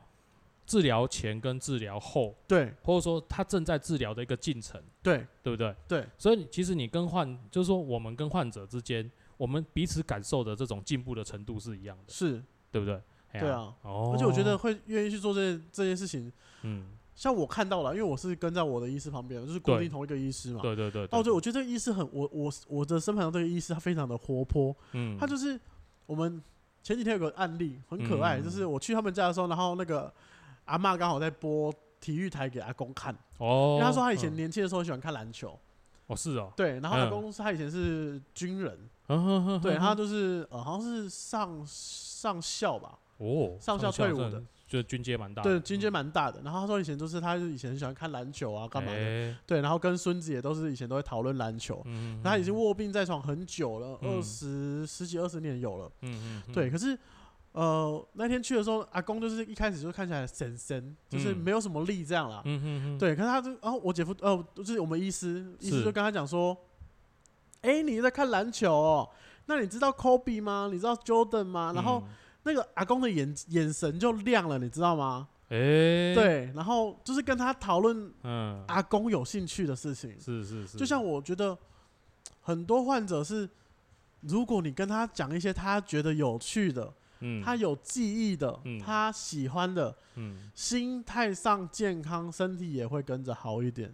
[SPEAKER 1] 治疗前跟治疗后，
[SPEAKER 2] 对
[SPEAKER 1] 或者说他正在治疗的一个进程，
[SPEAKER 2] 对
[SPEAKER 1] 对不对？
[SPEAKER 2] 对，
[SPEAKER 1] 所以其实你跟患，就是说我们跟患者之间，我们彼此感受的这种进步的程度是一样的，
[SPEAKER 2] 是，
[SPEAKER 1] 对不对？哎呀
[SPEAKER 2] 对，啊。
[SPEAKER 1] 哦，
[SPEAKER 2] 而且我觉得，会愿意去做这这件事情，
[SPEAKER 1] 嗯，
[SPEAKER 2] 像我看到了，因为我是跟在我的医师旁边，就是固
[SPEAKER 1] 对
[SPEAKER 2] 定同一个医师嘛。
[SPEAKER 1] 对对对，
[SPEAKER 2] 哦，对，我觉得这个医师很，我我我的身旁的这个医师他非常的活泼，
[SPEAKER 1] 嗯，
[SPEAKER 2] 他就是我们前几天有个案例很可爱，
[SPEAKER 1] 嗯
[SPEAKER 2] 就是我去他们家的时候，然后那个阿嬷刚好在播体育台给阿公看，因
[SPEAKER 1] 哦，
[SPEAKER 2] 为他说他以前
[SPEAKER 1] 嗯
[SPEAKER 2] 年轻的时候很喜欢看篮球，
[SPEAKER 1] 哦是哦，
[SPEAKER 2] 对，然后阿
[SPEAKER 1] 嗯
[SPEAKER 2] 公是他以前是军人，
[SPEAKER 1] 嗯哼哼
[SPEAKER 2] 对
[SPEAKER 1] 哼
[SPEAKER 2] 他
[SPEAKER 1] 哼
[SPEAKER 2] 就是呃好像是上上校吧，
[SPEAKER 1] 哦，
[SPEAKER 2] 上校退伍的
[SPEAKER 1] 真，就军阶蛮大的，嗯
[SPEAKER 2] 对，军阶蛮大的。然后他说以前就是他以前很喜欢看篮球啊，干嘛的，
[SPEAKER 1] 哎
[SPEAKER 2] 对，然后跟孙子也都是以前都会讨论篮球。
[SPEAKER 1] 嗯，
[SPEAKER 2] 他已经卧病在床很久了，
[SPEAKER 1] 嗯
[SPEAKER 2] 二十十几二十年有了。
[SPEAKER 1] 嗯嗯，
[SPEAKER 2] 对，可是呃那天去的时候，阿公就是一开始就看起来神神，就是
[SPEAKER 1] 嗯
[SPEAKER 2] 没有什么力这样啦。
[SPEAKER 1] 嗯嗯嗯，
[SPEAKER 2] 对，可是他就，然、后我姐夫，呃，就是我们医师，医师
[SPEAKER 1] 是
[SPEAKER 2] 就跟他讲说，哎、你在看篮球哦，那你知道 Kobe 吗？你知道 Jordan 吗？
[SPEAKER 1] 嗯，
[SPEAKER 2] 然后那个阿公的眼眼神就亮了，你知道吗？
[SPEAKER 1] 哎，，
[SPEAKER 2] 对，然后就是跟他讨论
[SPEAKER 1] 嗯，
[SPEAKER 2] 阿公有兴趣的事情，
[SPEAKER 1] 是是是，
[SPEAKER 2] 就像我觉得很多患者是，如果你跟他讲一些他觉得有趣的，
[SPEAKER 1] 嗯，
[SPEAKER 2] 他有记忆的，
[SPEAKER 1] 嗯
[SPEAKER 2] 他喜欢的，
[SPEAKER 1] 嗯，
[SPEAKER 2] 心态上健康，身体也会跟着好一点。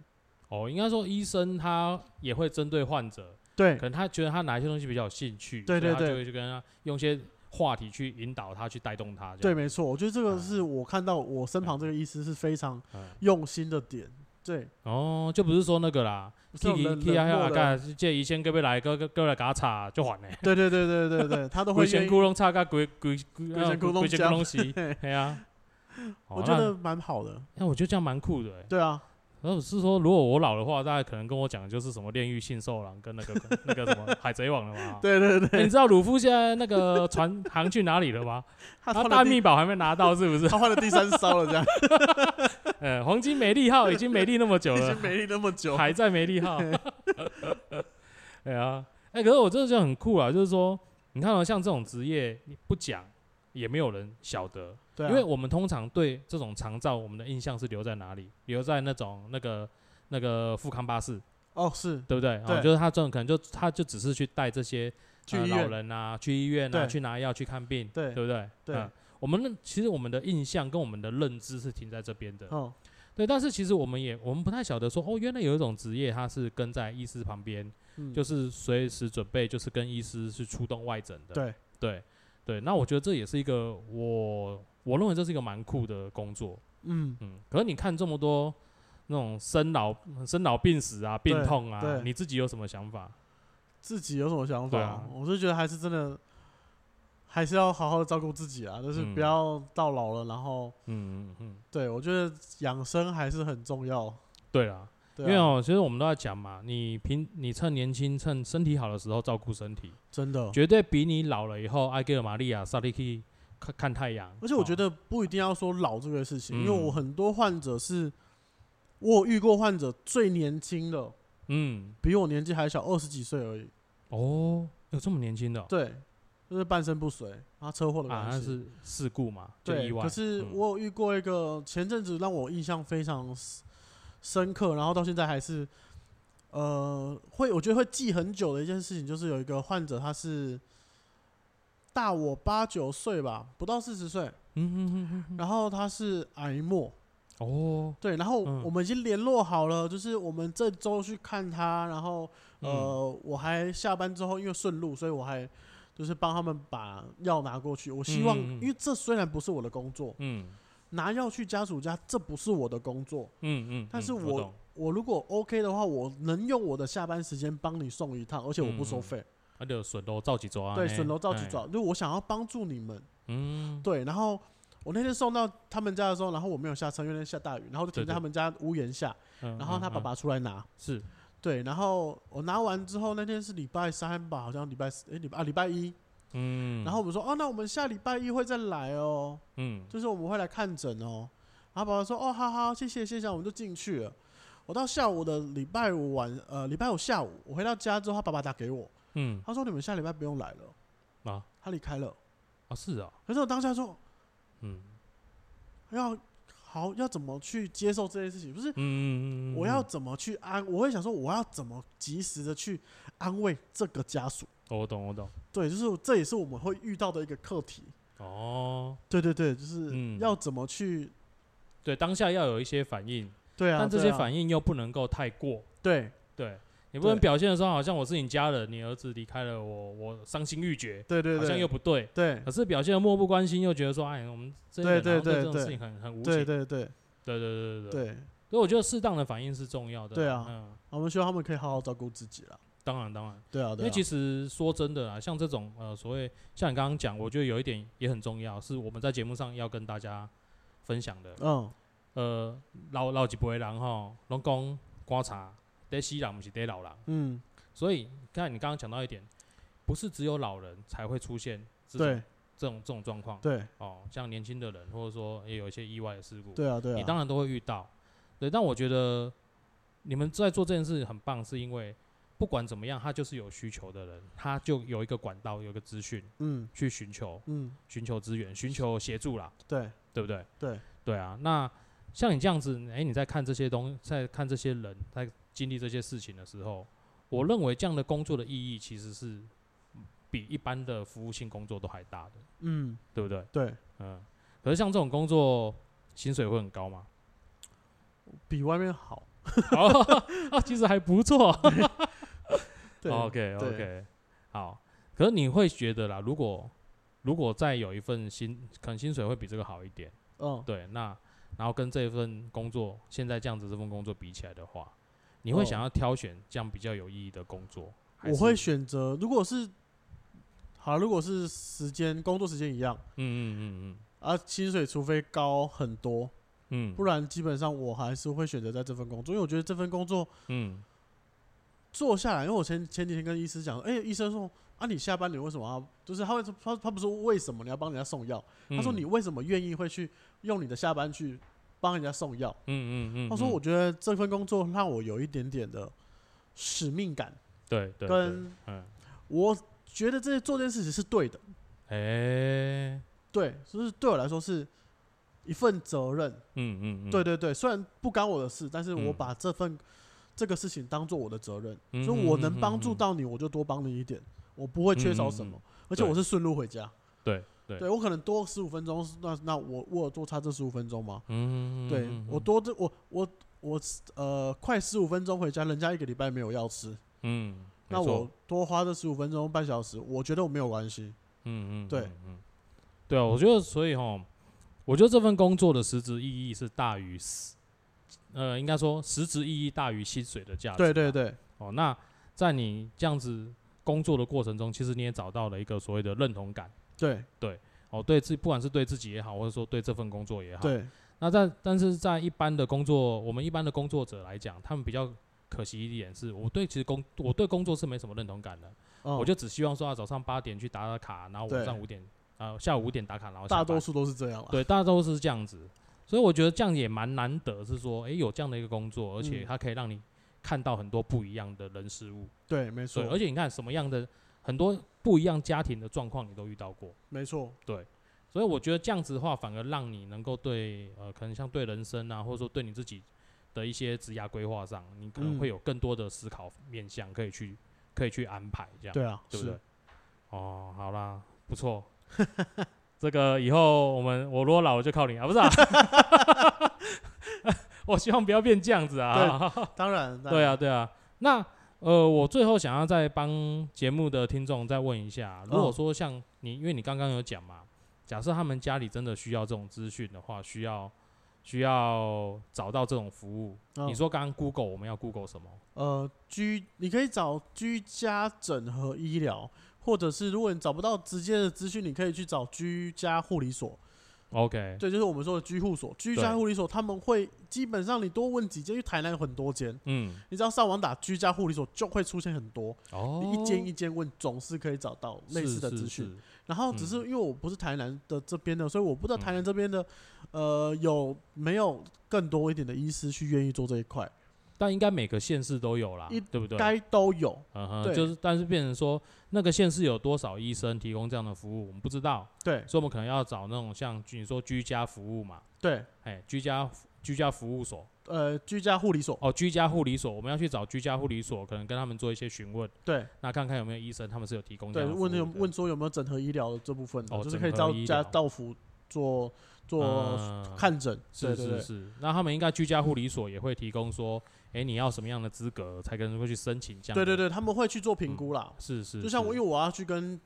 [SPEAKER 1] 哦，应该说医生他也会针对患者，
[SPEAKER 2] 对
[SPEAKER 1] 可，能他觉得他哪一些东西比较有兴趣，所
[SPEAKER 2] 对
[SPEAKER 1] 以
[SPEAKER 2] 对
[SPEAKER 1] 他
[SPEAKER 2] 对
[SPEAKER 1] 就会去跟他用一些话题去引导他去带动他，这
[SPEAKER 2] 对，
[SPEAKER 1] 样，
[SPEAKER 2] 没错，我觉得这个
[SPEAKER 1] 啊
[SPEAKER 2] 是我看到我身旁这个医师是非常
[SPEAKER 1] 嗯
[SPEAKER 2] 用心的点。对，
[SPEAKER 1] 哦，就不是说那个啦
[SPEAKER 2] 这种
[SPEAKER 1] ，Kiki
[SPEAKER 2] 冷
[SPEAKER 1] Kiki
[SPEAKER 2] 冷
[SPEAKER 1] 啊，
[SPEAKER 2] 漠的
[SPEAKER 1] 干借医生各位来，各各各位来给他查就还嘞，
[SPEAKER 2] 对对对对对对，他都
[SPEAKER 1] 鬼
[SPEAKER 2] 会愿
[SPEAKER 1] 仙
[SPEAKER 2] 意
[SPEAKER 1] 窟窿差个鬼鬼鬼
[SPEAKER 2] 鬼仙窟窿
[SPEAKER 1] 鬼仙窟
[SPEAKER 2] 加
[SPEAKER 1] 窿西，
[SPEAKER 2] 嘿
[SPEAKER 1] 对啊，
[SPEAKER 2] 我
[SPEAKER 1] 哦
[SPEAKER 2] 觉
[SPEAKER 1] 那
[SPEAKER 2] 得蛮好的。
[SPEAKER 1] 那我觉得这样蛮酷的欸。
[SPEAKER 2] 对啊，
[SPEAKER 1] 然后是说，如果我老的话，大家可能跟我讲的就是什么炼狱信受狼跟那个那个什么 海贼王了嘛。
[SPEAKER 2] 对对对，
[SPEAKER 1] 欸你知道鲁夫现在那个船航去哪里了吗？
[SPEAKER 2] 他
[SPEAKER 1] 他
[SPEAKER 2] 换
[SPEAKER 1] 大
[SPEAKER 2] 了第
[SPEAKER 1] 秘宝还没拿到，是 不是？
[SPEAKER 2] 他换了第三艘了，这样
[SPEAKER 1] 呃，黄金美丽号已经美丽那么久
[SPEAKER 2] 已
[SPEAKER 1] 了
[SPEAKER 2] 经，没那么久。
[SPEAKER 1] 还在美丽号。 对啊，哎、可是我真的觉得很酷啊，就是说，你看到、像这种职业，你不讲也没有人晓得，
[SPEAKER 2] 对啊，
[SPEAKER 1] 因为我们通常对这种长照，我们的印象是留在哪里？留在那种那个那个富康巴士，
[SPEAKER 2] 哦是
[SPEAKER 1] 对不对？
[SPEAKER 2] 对
[SPEAKER 1] 啊，就是他这种可能就他就只是去带这些、
[SPEAKER 2] 去
[SPEAKER 1] 呃
[SPEAKER 2] 医
[SPEAKER 1] 老
[SPEAKER 2] 院，
[SPEAKER 1] 人啊，去医院啊，
[SPEAKER 2] 对
[SPEAKER 1] 去拿药去看病，
[SPEAKER 2] 对
[SPEAKER 1] 对不对？
[SPEAKER 2] 对
[SPEAKER 1] 嗯我们那其实我们的印象跟我们的认知是停在这边的，
[SPEAKER 2] 哦
[SPEAKER 1] 对。但是其实我们也我们不太晓得说，哦，原来有一种职业，它是跟在医师旁边，
[SPEAKER 2] 嗯
[SPEAKER 1] 就是随时准备，就是跟医师去出动外诊的。
[SPEAKER 2] 对
[SPEAKER 1] 对对，那我觉得这也是一个我我认为这是一个蛮酷的工作。
[SPEAKER 2] 嗯
[SPEAKER 1] 嗯，可是你看这么多那种生老生老病死啊、病
[SPEAKER 2] 对
[SPEAKER 1] 痛啊
[SPEAKER 2] 对，
[SPEAKER 1] 你自己有什么想法？
[SPEAKER 2] 自己有什么想
[SPEAKER 1] 对
[SPEAKER 2] 法
[SPEAKER 1] 啊？
[SPEAKER 2] 我是觉得还是真的还是要好好的照顾自己啊，就是
[SPEAKER 1] 嗯
[SPEAKER 2] 不要到老了，然后
[SPEAKER 1] 嗯嗯嗯，
[SPEAKER 2] 对我觉得养生还是很重要。
[SPEAKER 1] 对啦，
[SPEAKER 2] 对
[SPEAKER 1] 因为
[SPEAKER 2] 啊，
[SPEAKER 1] 哦，其实我们都在讲嘛，你平你趁年轻、趁身体好的时候照顾身体，
[SPEAKER 2] 真的，
[SPEAKER 1] 绝对比你老了以后埃格尔玛利亚萨利去看看太阳。
[SPEAKER 2] 而且我觉
[SPEAKER 1] 哦，
[SPEAKER 2] 得不一定要说老这个事情，
[SPEAKER 1] 嗯
[SPEAKER 2] 因为我很多患者是，我有遇过患者最年轻的，
[SPEAKER 1] 嗯，
[SPEAKER 2] 比我年纪还小二十几岁而已，
[SPEAKER 1] 哦，有这么年轻的哦、
[SPEAKER 2] 对，就是半身不遂，他车祸的
[SPEAKER 1] 啊，
[SPEAKER 2] 关
[SPEAKER 1] 那
[SPEAKER 2] 系。
[SPEAKER 1] 是事故嘛，就
[SPEAKER 2] 对，
[SPEAKER 1] 意外。
[SPEAKER 2] 可是
[SPEAKER 1] 嗯
[SPEAKER 2] 我有遇过一个前阵子让我印象非常 s- 深刻，然后到现在还是，呃，会我觉得会记很久的一件事情，就是有一个患者他是大我八九岁吧，不到四十岁，
[SPEAKER 1] 嗯哼哼哼哼，
[SPEAKER 2] 然后他是癌末，
[SPEAKER 1] 哦，
[SPEAKER 2] 对，然后
[SPEAKER 1] 嗯
[SPEAKER 2] 我们已经联络好了，就是我们这周去看他，然后呃，
[SPEAKER 1] 嗯
[SPEAKER 2] 我还下班之后因为顺路，所以我还就是帮他们把药拿过去。我希望，
[SPEAKER 1] 嗯嗯嗯
[SPEAKER 2] 因为这虽然不是我的工作，
[SPEAKER 1] 嗯
[SPEAKER 2] 拿药去家属家这不是我的工作，
[SPEAKER 1] 嗯嗯，
[SPEAKER 2] 但是
[SPEAKER 1] 嗯
[SPEAKER 2] 我
[SPEAKER 1] 懂
[SPEAKER 2] 我如果 OK 的话，我能用我的下班时间帮你送一趟，而且我不收费。
[SPEAKER 1] 啊，就顺路照几走啊，
[SPEAKER 2] 对，
[SPEAKER 1] 呢
[SPEAKER 2] 损楼照去
[SPEAKER 1] 哎
[SPEAKER 2] 找，就是我想要帮助你们。
[SPEAKER 1] 嗯，
[SPEAKER 2] 对，然后我那天送到他们家的时候，然后我没有下车，因为那天下大雨，然后就停
[SPEAKER 1] 对
[SPEAKER 2] 在
[SPEAKER 1] 对
[SPEAKER 2] 他们家屋檐下，
[SPEAKER 1] 然
[SPEAKER 2] 然后他爸爸出来拿。
[SPEAKER 1] 嗯是，
[SPEAKER 2] 对，然后我拿完之后，那天是礼拜三吧，好像礼拜四，哎，礼拜啊礼拜一。
[SPEAKER 1] 嗯，
[SPEAKER 2] 然后我们说，哦，那我们下礼拜一会再来哦，
[SPEAKER 1] 嗯，
[SPEAKER 2] 就是我们会来看诊哦。然后爸爸说，哦，好好，谢谢谢谢，我们就进去了。我到下午的礼拜五晚，呃，礼拜五下午，我回到家之后，他爸爸打给我，
[SPEAKER 1] 嗯
[SPEAKER 2] 他说你们下礼拜不用来了，
[SPEAKER 1] 啊
[SPEAKER 2] 他离开了。
[SPEAKER 1] 啊是啊，
[SPEAKER 2] 可是我当下说，
[SPEAKER 1] 嗯
[SPEAKER 2] 要好要怎么去接受这件事情？不是
[SPEAKER 1] 嗯，嗯
[SPEAKER 2] 我要
[SPEAKER 1] 嗯
[SPEAKER 2] 怎么去安？我会想说，我要怎么及时的去安慰这个家属？
[SPEAKER 1] 哦我懂我懂，
[SPEAKER 2] 对，就是这也是我们会遇到的一个课题。
[SPEAKER 1] 哦，
[SPEAKER 2] 对对对，就是
[SPEAKER 1] 嗯
[SPEAKER 2] 要怎么去、
[SPEAKER 1] 对，当下要有一些反应，
[SPEAKER 2] 对啊，
[SPEAKER 1] 但这些
[SPEAKER 2] 对啊
[SPEAKER 1] 反应又不能够太过，
[SPEAKER 2] 对
[SPEAKER 1] 对。你不能
[SPEAKER 2] 对
[SPEAKER 1] 表现的时候，好像我是你家人，你儿子离开了我，我伤心欲绝，
[SPEAKER 2] 对对
[SPEAKER 1] 好像
[SPEAKER 2] 对，
[SPEAKER 1] 又不对。
[SPEAKER 2] 对
[SPEAKER 1] 可是表现的漠不关心，又觉得说，哎，我们这些
[SPEAKER 2] 对
[SPEAKER 1] 人好像
[SPEAKER 2] 对
[SPEAKER 1] 对
[SPEAKER 2] 对
[SPEAKER 1] 这种事
[SPEAKER 2] 对
[SPEAKER 1] 情很很无情。
[SPEAKER 2] 对
[SPEAKER 1] 对
[SPEAKER 2] 对对
[SPEAKER 1] 对对对对。
[SPEAKER 2] 对，
[SPEAKER 1] 所以我觉得适当的反应是重要的。
[SPEAKER 2] 对啊
[SPEAKER 1] 嗯，
[SPEAKER 2] 我们希望他们可以好好照顾自己了。
[SPEAKER 1] 当然当然。
[SPEAKER 2] 对啊，
[SPEAKER 1] 因
[SPEAKER 2] 对啊，
[SPEAKER 1] 为其实说真的啦，像这种呃所谓像你刚刚讲，我觉得有一点也很重要，是我们在节目上要跟大家分享的。
[SPEAKER 2] 嗯，
[SPEAKER 1] 呃，老老一辈人吼，拢讲观察，得西人不是得老人，
[SPEAKER 2] 嗯，
[SPEAKER 1] 所以看你刚刚讲到一点，不是只有老人才会出现这种
[SPEAKER 2] 对
[SPEAKER 1] 这种这种状况
[SPEAKER 2] 对
[SPEAKER 1] 哦，像年轻的人或者说也有一些意外的事故，
[SPEAKER 2] 对啊对
[SPEAKER 1] 你
[SPEAKER 2] 啊，
[SPEAKER 1] 当然都会遇到。对，但我觉得你们在做这件事很棒，是因为不管怎么样，他就是有需求的人，他就有一个管道，有一个资讯
[SPEAKER 2] 嗯
[SPEAKER 1] 去寻求、
[SPEAKER 2] 嗯，
[SPEAKER 1] 寻求资源、寻求协助啦，
[SPEAKER 2] 对
[SPEAKER 1] 对不对？
[SPEAKER 2] 对
[SPEAKER 1] 对啊，那像你这样子，哎，你在看这些东，在看这些人在经历这些事情的时候，我认为这样的工作的意义其实是比比一般的服务性工作都还大的，
[SPEAKER 2] 嗯，
[SPEAKER 1] 对不对？
[SPEAKER 2] 对
[SPEAKER 1] 嗯，可是像这种工作，薪水会很高吗？
[SPEAKER 2] 比外面好。
[SPEAKER 1] 哦，啊其实还不错。
[SPEAKER 2] 对
[SPEAKER 1] 哦 OK
[SPEAKER 2] 对
[SPEAKER 1] OK，好。可是你会觉得啦，如果如果再有一份薪，可能薪水会比这个好一点，
[SPEAKER 2] 嗯，
[SPEAKER 1] 对。那然后跟这一份工作，现在这样子这份工作比起来的话，你会想
[SPEAKER 2] 哦
[SPEAKER 1] 要挑选这样比较有意义的工作？还
[SPEAKER 2] 我会
[SPEAKER 1] 是，
[SPEAKER 2] 选择，如果是好，如果是时间工作时间一样
[SPEAKER 1] 嗯嗯嗯
[SPEAKER 2] 啊，薪水除非高很多，
[SPEAKER 1] 嗯嗯，
[SPEAKER 2] 不然基本上我还是会选择在这份工作，因为我觉得这份工作
[SPEAKER 1] 嗯
[SPEAKER 2] 做下来，因为我前前几天跟医师讲，哎、医生说啊，你下班你为什么要？就是他会说他他不是说为什么你要帮人家送药，
[SPEAKER 1] 嗯，
[SPEAKER 2] 他说你为什么愿意会去用你的下班去帮人家送药？
[SPEAKER 1] 嗯，嗯嗯嗯，
[SPEAKER 2] 他说
[SPEAKER 1] 嗯
[SPEAKER 2] 我觉得这份工作让我有一点点的使命感，
[SPEAKER 1] 对对
[SPEAKER 2] 跟
[SPEAKER 1] 对嗯
[SPEAKER 2] 我觉得这做这件事情是对的，
[SPEAKER 1] 哎、
[SPEAKER 2] 对，就是对我来说是一份责任。
[SPEAKER 1] 嗯嗯嗯，
[SPEAKER 2] 对对对，虽然不干我的事，但是我
[SPEAKER 1] 嗯
[SPEAKER 2] 把这份这个事情当做我的责任，
[SPEAKER 1] 嗯嗯
[SPEAKER 2] 所以我能帮助到你，我就多帮你一点，我不会缺少什么，而且我是顺路回家。
[SPEAKER 1] 对对
[SPEAKER 2] 对我可能多十五分钟，那那我我有多差这十五分钟吗？
[SPEAKER 1] 嗯，嗯
[SPEAKER 2] 对我，多这我我我呃快十五分钟回家，人家一个礼拜没有药吃，
[SPEAKER 1] 嗯嗯，
[SPEAKER 2] 那
[SPEAKER 1] 没错
[SPEAKER 2] 我多花这十五分钟半小时，我觉得我没有关系。
[SPEAKER 1] 嗯嗯，
[SPEAKER 2] 对
[SPEAKER 1] 嗯，嗯对啊，我觉得所以哈，我觉得这份工作的实质意义是大于实，呃，应该说实质意义大于薪水的价值。
[SPEAKER 2] 对对。对，
[SPEAKER 1] 哦，那在你这样子工作的过程中，其实你也找到了一个所谓的认同感。
[SPEAKER 2] 对
[SPEAKER 1] 哦，对自不管是对自己也好，或者说对这份工作也好，。
[SPEAKER 2] 对，
[SPEAKER 1] 那在但是在一般的工作，我们一般的工作者来讲，他们比较可惜一点是，我对其实工我对工作是没什么认同感的。
[SPEAKER 2] 嗯
[SPEAKER 1] 我就只希望说啊，早上八点去打打卡，然后晚
[SPEAKER 2] 对
[SPEAKER 1] 上五点，呃，下午五点打卡，然后下
[SPEAKER 2] 大
[SPEAKER 1] 班
[SPEAKER 2] 多数都是这样了。
[SPEAKER 1] 对，大多数是这样子。所以我觉得这样也蛮难得，是说，诶，有这样的一个工作，而且
[SPEAKER 2] 嗯
[SPEAKER 1] 它可以让你看到很多不一样的人事物。
[SPEAKER 2] 对，没错
[SPEAKER 1] 对，，而且你看什么样的很多不一样家庭的状况，你都遇到过。
[SPEAKER 2] 没错，
[SPEAKER 1] 所以我觉得这样子的话，反而让你能够对呃，可能像对人生啊，或者说对你自己的一些职涯规划上，你可能
[SPEAKER 2] 嗯
[SPEAKER 1] 会有更多的思考面向可以去可以去安排这样。
[SPEAKER 2] 对啊，
[SPEAKER 1] 对不
[SPEAKER 2] 是
[SPEAKER 1] 对？哦，好啦，不错。 这个以后我们我如果老了就靠你啊，不是啊？ 我希望不要变这样子啊。
[SPEAKER 2] 当然，当
[SPEAKER 1] 对
[SPEAKER 2] 然，
[SPEAKER 1] 啊，对啊。那呃，我最后想要再帮节目的听众再问一下，啊如果
[SPEAKER 2] 嗯
[SPEAKER 1] 说像你，因为你刚刚有讲嘛，假设他们家里真的需要这种资讯的话，需要需要找到这种服务，
[SPEAKER 2] 嗯
[SPEAKER 1] 你说刚刚 Google 我们要 Google 什么？
[SPEAKER 2] 呃，居你可以找居家整合医疗，或者是如果你找不到直接的资讯，你可以去找居家护理所。
[SPEAKER 1] OK，
[SPEAKER 2] 对，就是我们说的居护所、居家
[SPEAKER 1] 对
[SPEAKER 2] 护理所，他们会基本上你多问几间，因为台南有很多间，
[SPEAKER 1] 嗯，
[SPEAKER 2] 你只要上网打居家护理所，就会出现很多，
[SPEAKER 1] 哦，
[SPEAKER 2] 你一间一间问，总是可以找到类似的
[SPEAKER 1] 是
[SPEAKER 2] 资，
[SPEAKER 1] 哦是嗯
[SPEAKER 2] 讯。
[SPEAKER 1] 是
[SPEAKER 2] 然后只是因为我不是台南的这边的，所以我不知道
[SPEAKER 1] 嗯
[SPEAKER 2] 台南这边的，呃，有没有更多一点的医师去愿意做这一块，
[SPEAKER 1] 但应该每个县市都有啦，
[SPEAKER 2] 一
[SPEAKER 1] 对不对？
[SPEAKER 2] 该都有。
[SPEAKER 1] 嗯哼，
[SPEAKER 2] 对
[SPEAKER 1] 就是但是变成说那个县市有多少医生提供这样的服务，我们不知道，
[SPEAKER 2] 对
[SPEAKER 1] 所以我们可能要找那种像你说居家服务嘛，
[SPEAKER 2] 对，
[SPEAKER 1] 哎，居家居家服务所
[SPEAKER 2] 呃，居家护理所，
[SPEAKER 1] 哦，居家护理所，我们要去找居家护理所，可能跟他们做一些询问，
[SPEAKER 2] 对
[SPEAKER 1] 那看看有没有医生他们是有提供这
[SPEAKER 2] 对，
[SPEAKER 1] 样的服务
[SPEAKER 2] 问有
[SPEAKER 1] 的。
[SPEAKER 2] 问说有没有整合医疗的这部分的，
[SPEAKER 1] 哦
[SPEAKER 2] 就是可以
[SPEAKER 1] 整合
[SPEAKER 2] 到
[SPEAKER 1] 医疗
[SPEAKER 2] 家到府做做
[SPEAKER 1] 嗯
[SPEAKER 2] 看诊，
[SPEAKER 1] 是
[SPEAKER 2] 对对
[SPEAKER 1] 是
[SPEAKER 2] 对，
[SPEAKER 1] 是，那他们应该居家护理所也会提供说，哎，你要什么样的资格才跟会去申请这样？
[SPEAKER 2] 对对，对，他们会去做评估啦。
[SPEAKER 1] 是是，
[SPEAKER 2] 就像我，因
[SPEAKER 1] 有，
[SPEAKER 2] 为我要去跟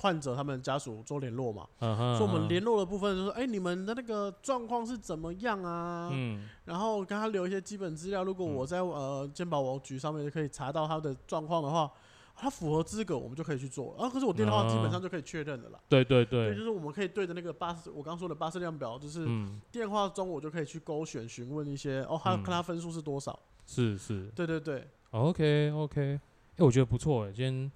[SPEAKER 2] 患者他们家属做联络嘛，
[SPEAKER 1] 嗯哼，
[SPEAKER 2] 所以我们
[SPEAKER 1] 嗯哼，
[SPEAKER 2] 联络的部分就是，哎，你们的那个状况是怎么样啊？
[SPEAKER 1] 嗯
[SPEAKER 2] 然后跟他留一些基本资料，如果我在呃健保网局上面就可以查到他的状况的话，他符合资格，我们就可以去做了。啊，可是我电话基本
[SPEAKER 1] 哦
[SPEAKER 2] 上就可以确认的啦。
[SPEAKER 1] 对对
[SPEAKER 2] 对，
[SPEAKER 1] 对
[SPEAKER 2] 就，是我们可以对着那个巴士，我刚说的巴士量表，就是
[SPEAKER 1] 嗯，
[SPEAKER 2] 电话中我就可以去勾选询问一些，哦，他
[SPEAKER 1] 嗯
[SPEAKER 2] 看他分数是多少。
[SPEAKER 1] 是是，
[SPEAKER 2] 对对对，
[SPEAKER 1] OK OK，哎、我觉得不错哎，今天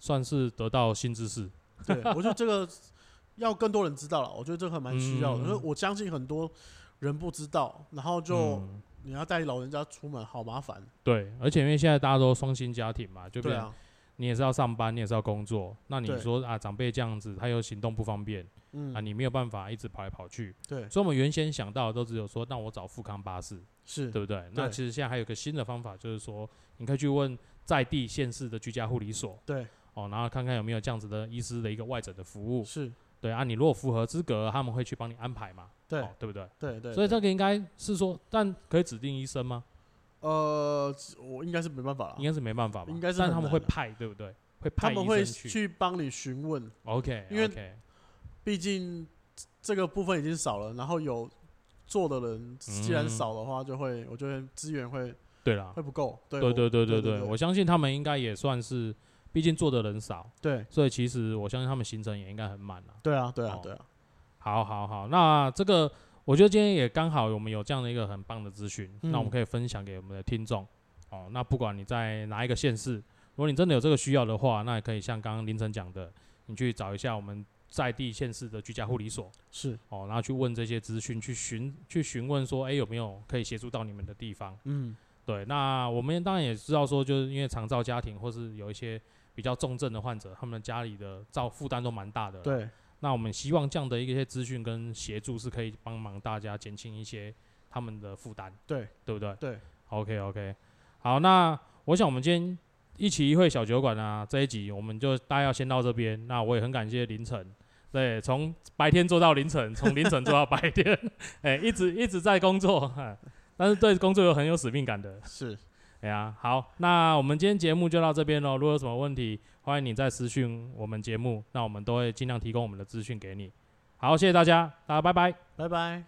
[SPEAKER 1] 算是得到新知识。
[SPEAKER 2] 对，我觉得这个要更多人知道了，我觉得这个还蛮需要
[SPEAKER 1] 嗯
[SPEAKER 2] 的，因为我相信很多人不知道，然后就
[SPEAKER 1] 嗯
[SPEAKER 2] 你要带老人家出门，好麻烦。
[SPEAKER 1] 对，而且因为现在大家都双薪家庭嘛，就
[SPEAKER 2] 对
[SPEAKER 1] 变、
[SPEAKER 2] 啊，
[SPEAKER 1] 你也是要上班，你也是要工作。那你
[SPEAKER 2] 对
[SPEAKER 1] 说啊，长辈这样子，他又行动不方便、啊，
[SPEAKER 2] 嗯，
[SPEAKER 1] 你没有办法一直跑来跑去。
[SPEAKER 2] 对，
[SPEAKER 1] 所以我们原先想到的都只有说，那我找富康巴士，
[SPEAKER 2] 是
[SPEAKER 1] 对不对？那
[SPEAKER 2] 对
[SPEAKER 1] 其实现在还有一个新的方法，就是说你可以去问在地县市的居家护理所。
[SPEAKER 2] 对
[SPEAKER 1] 哦，然后看看有没有这样子的医师的一个外诊的服务。
[SPEAKER 2] 是，
[SPEAKER 1] 对啊，你如果符合资格，他们会去帮你安排嘛，
[SPEAKER 2] 对
[SPEAKER 1] 哦、对不对？
[SPEAKER 2] 对对，
[SPEAKER 1] 所以
[SPEAKER 2] 对
[SPEAKER 1] 这个应该是说，但可以指定医生吗？
[SPEAKER 2] 呃，我应该是没办法了
[SPEAKER 1] 应，该是没办法吧，
[SPEAKER 2] 啊应该是
[SPEAKER 1] 但
[SPEAKER 2] 很
[SPEAKER 1] 他们
[SPEAKER 2] 难
[SPEAKER 1] 会
[SPEAKER 2] 啊
[SPEAKER 1] 派，对不对？会派
[SPEAKER 2] 他们会
[SPEAKER 1] 医生去。
[SPEAKER 2] 去帮你询问，
[SPEAKER 1] OK，
[SPEAKER 2] 因为
[SPEAKER 1] OK，
[SPEAKER 2] 毕竟这个部分已经少了，然后有做的人既然
[SPEAKER 1] 嗯
[SPEAKER 2] 少的话，就会我觉得资源会
[SPEAKER 1] 对啦，
[SPEAKER 2] 会不够。
[SPEAKER 1] 嗯
[SPEAKER 2] 对
[SPEAKER 1] 对对
[SPEAKER 2] 对
[SPEAKER 1] 对对
[SPEAKER 2] 对
[SPEAKER 1] 对，我相信他们应该也算是，毕竟做的人少，
[SPEAKER 2] 对
[SPEAKER 1] 所以其实我相信他们行程也应该很满啦。
[SPEAKER 2] 对啊对啊
[SPEAKER 1] 哦
[SPEAKER 2] 对啊，
[SPEAKER 1] 好，好，好，那这个我觉得今天也刚好我们有这样的一个很棒的资讯，
[SPEAKER 2] 嗯
[SPEAKER 1] 那我们可以分享给我们的听众哦。那不管你在哪一个县市，如果你真的有这个需要的话，那也可以像刚刚凌晨讲的，你去找一下我们在地县市的居家护理所
[SPEAKER 2] 是
[SPEAKER 1] 哦，然后去问这些资讯，去询去询问说，哎，有没有可以协助到你们的地方？
[SPEAKER 2] 嗯
[SPEAKER 1] 对，那我们当然也知道说，就是因为长照家庭或是有一些比较重症的患者，他们家里的照负担都蛮大的。，
[SPEAKER 2] 对
[SPEAKER 1] 那我们希望这样的一些资讯跟协助是可以帮忙大家减轻一些他们的负担，
[SPEAKER 2] 对
[SPEAKER 1] 对不对
[SPEAKER 2] 对，
[SPEAKER 1] ？OK OK，好，那我想我们今天一起一会小酒馆啊这一集我们就大家要先到这边，那我也很感谢凌晨。对，从白天做到凌晨，从凌晨做到白天， 哎、一直一直在工作，哎但是对工作有很有使命感的，
[SPEAKER 2] 是
[SPEAKER 1] 哎呀，好，那我们今天节目就到这边喽。如果有什么问题，欢迎你再私讯我们节目，那我们都会尽量提供我们的资讯给你。好，谢谢大家，大家拜拜。
[SPEAKER 2] 拜拜。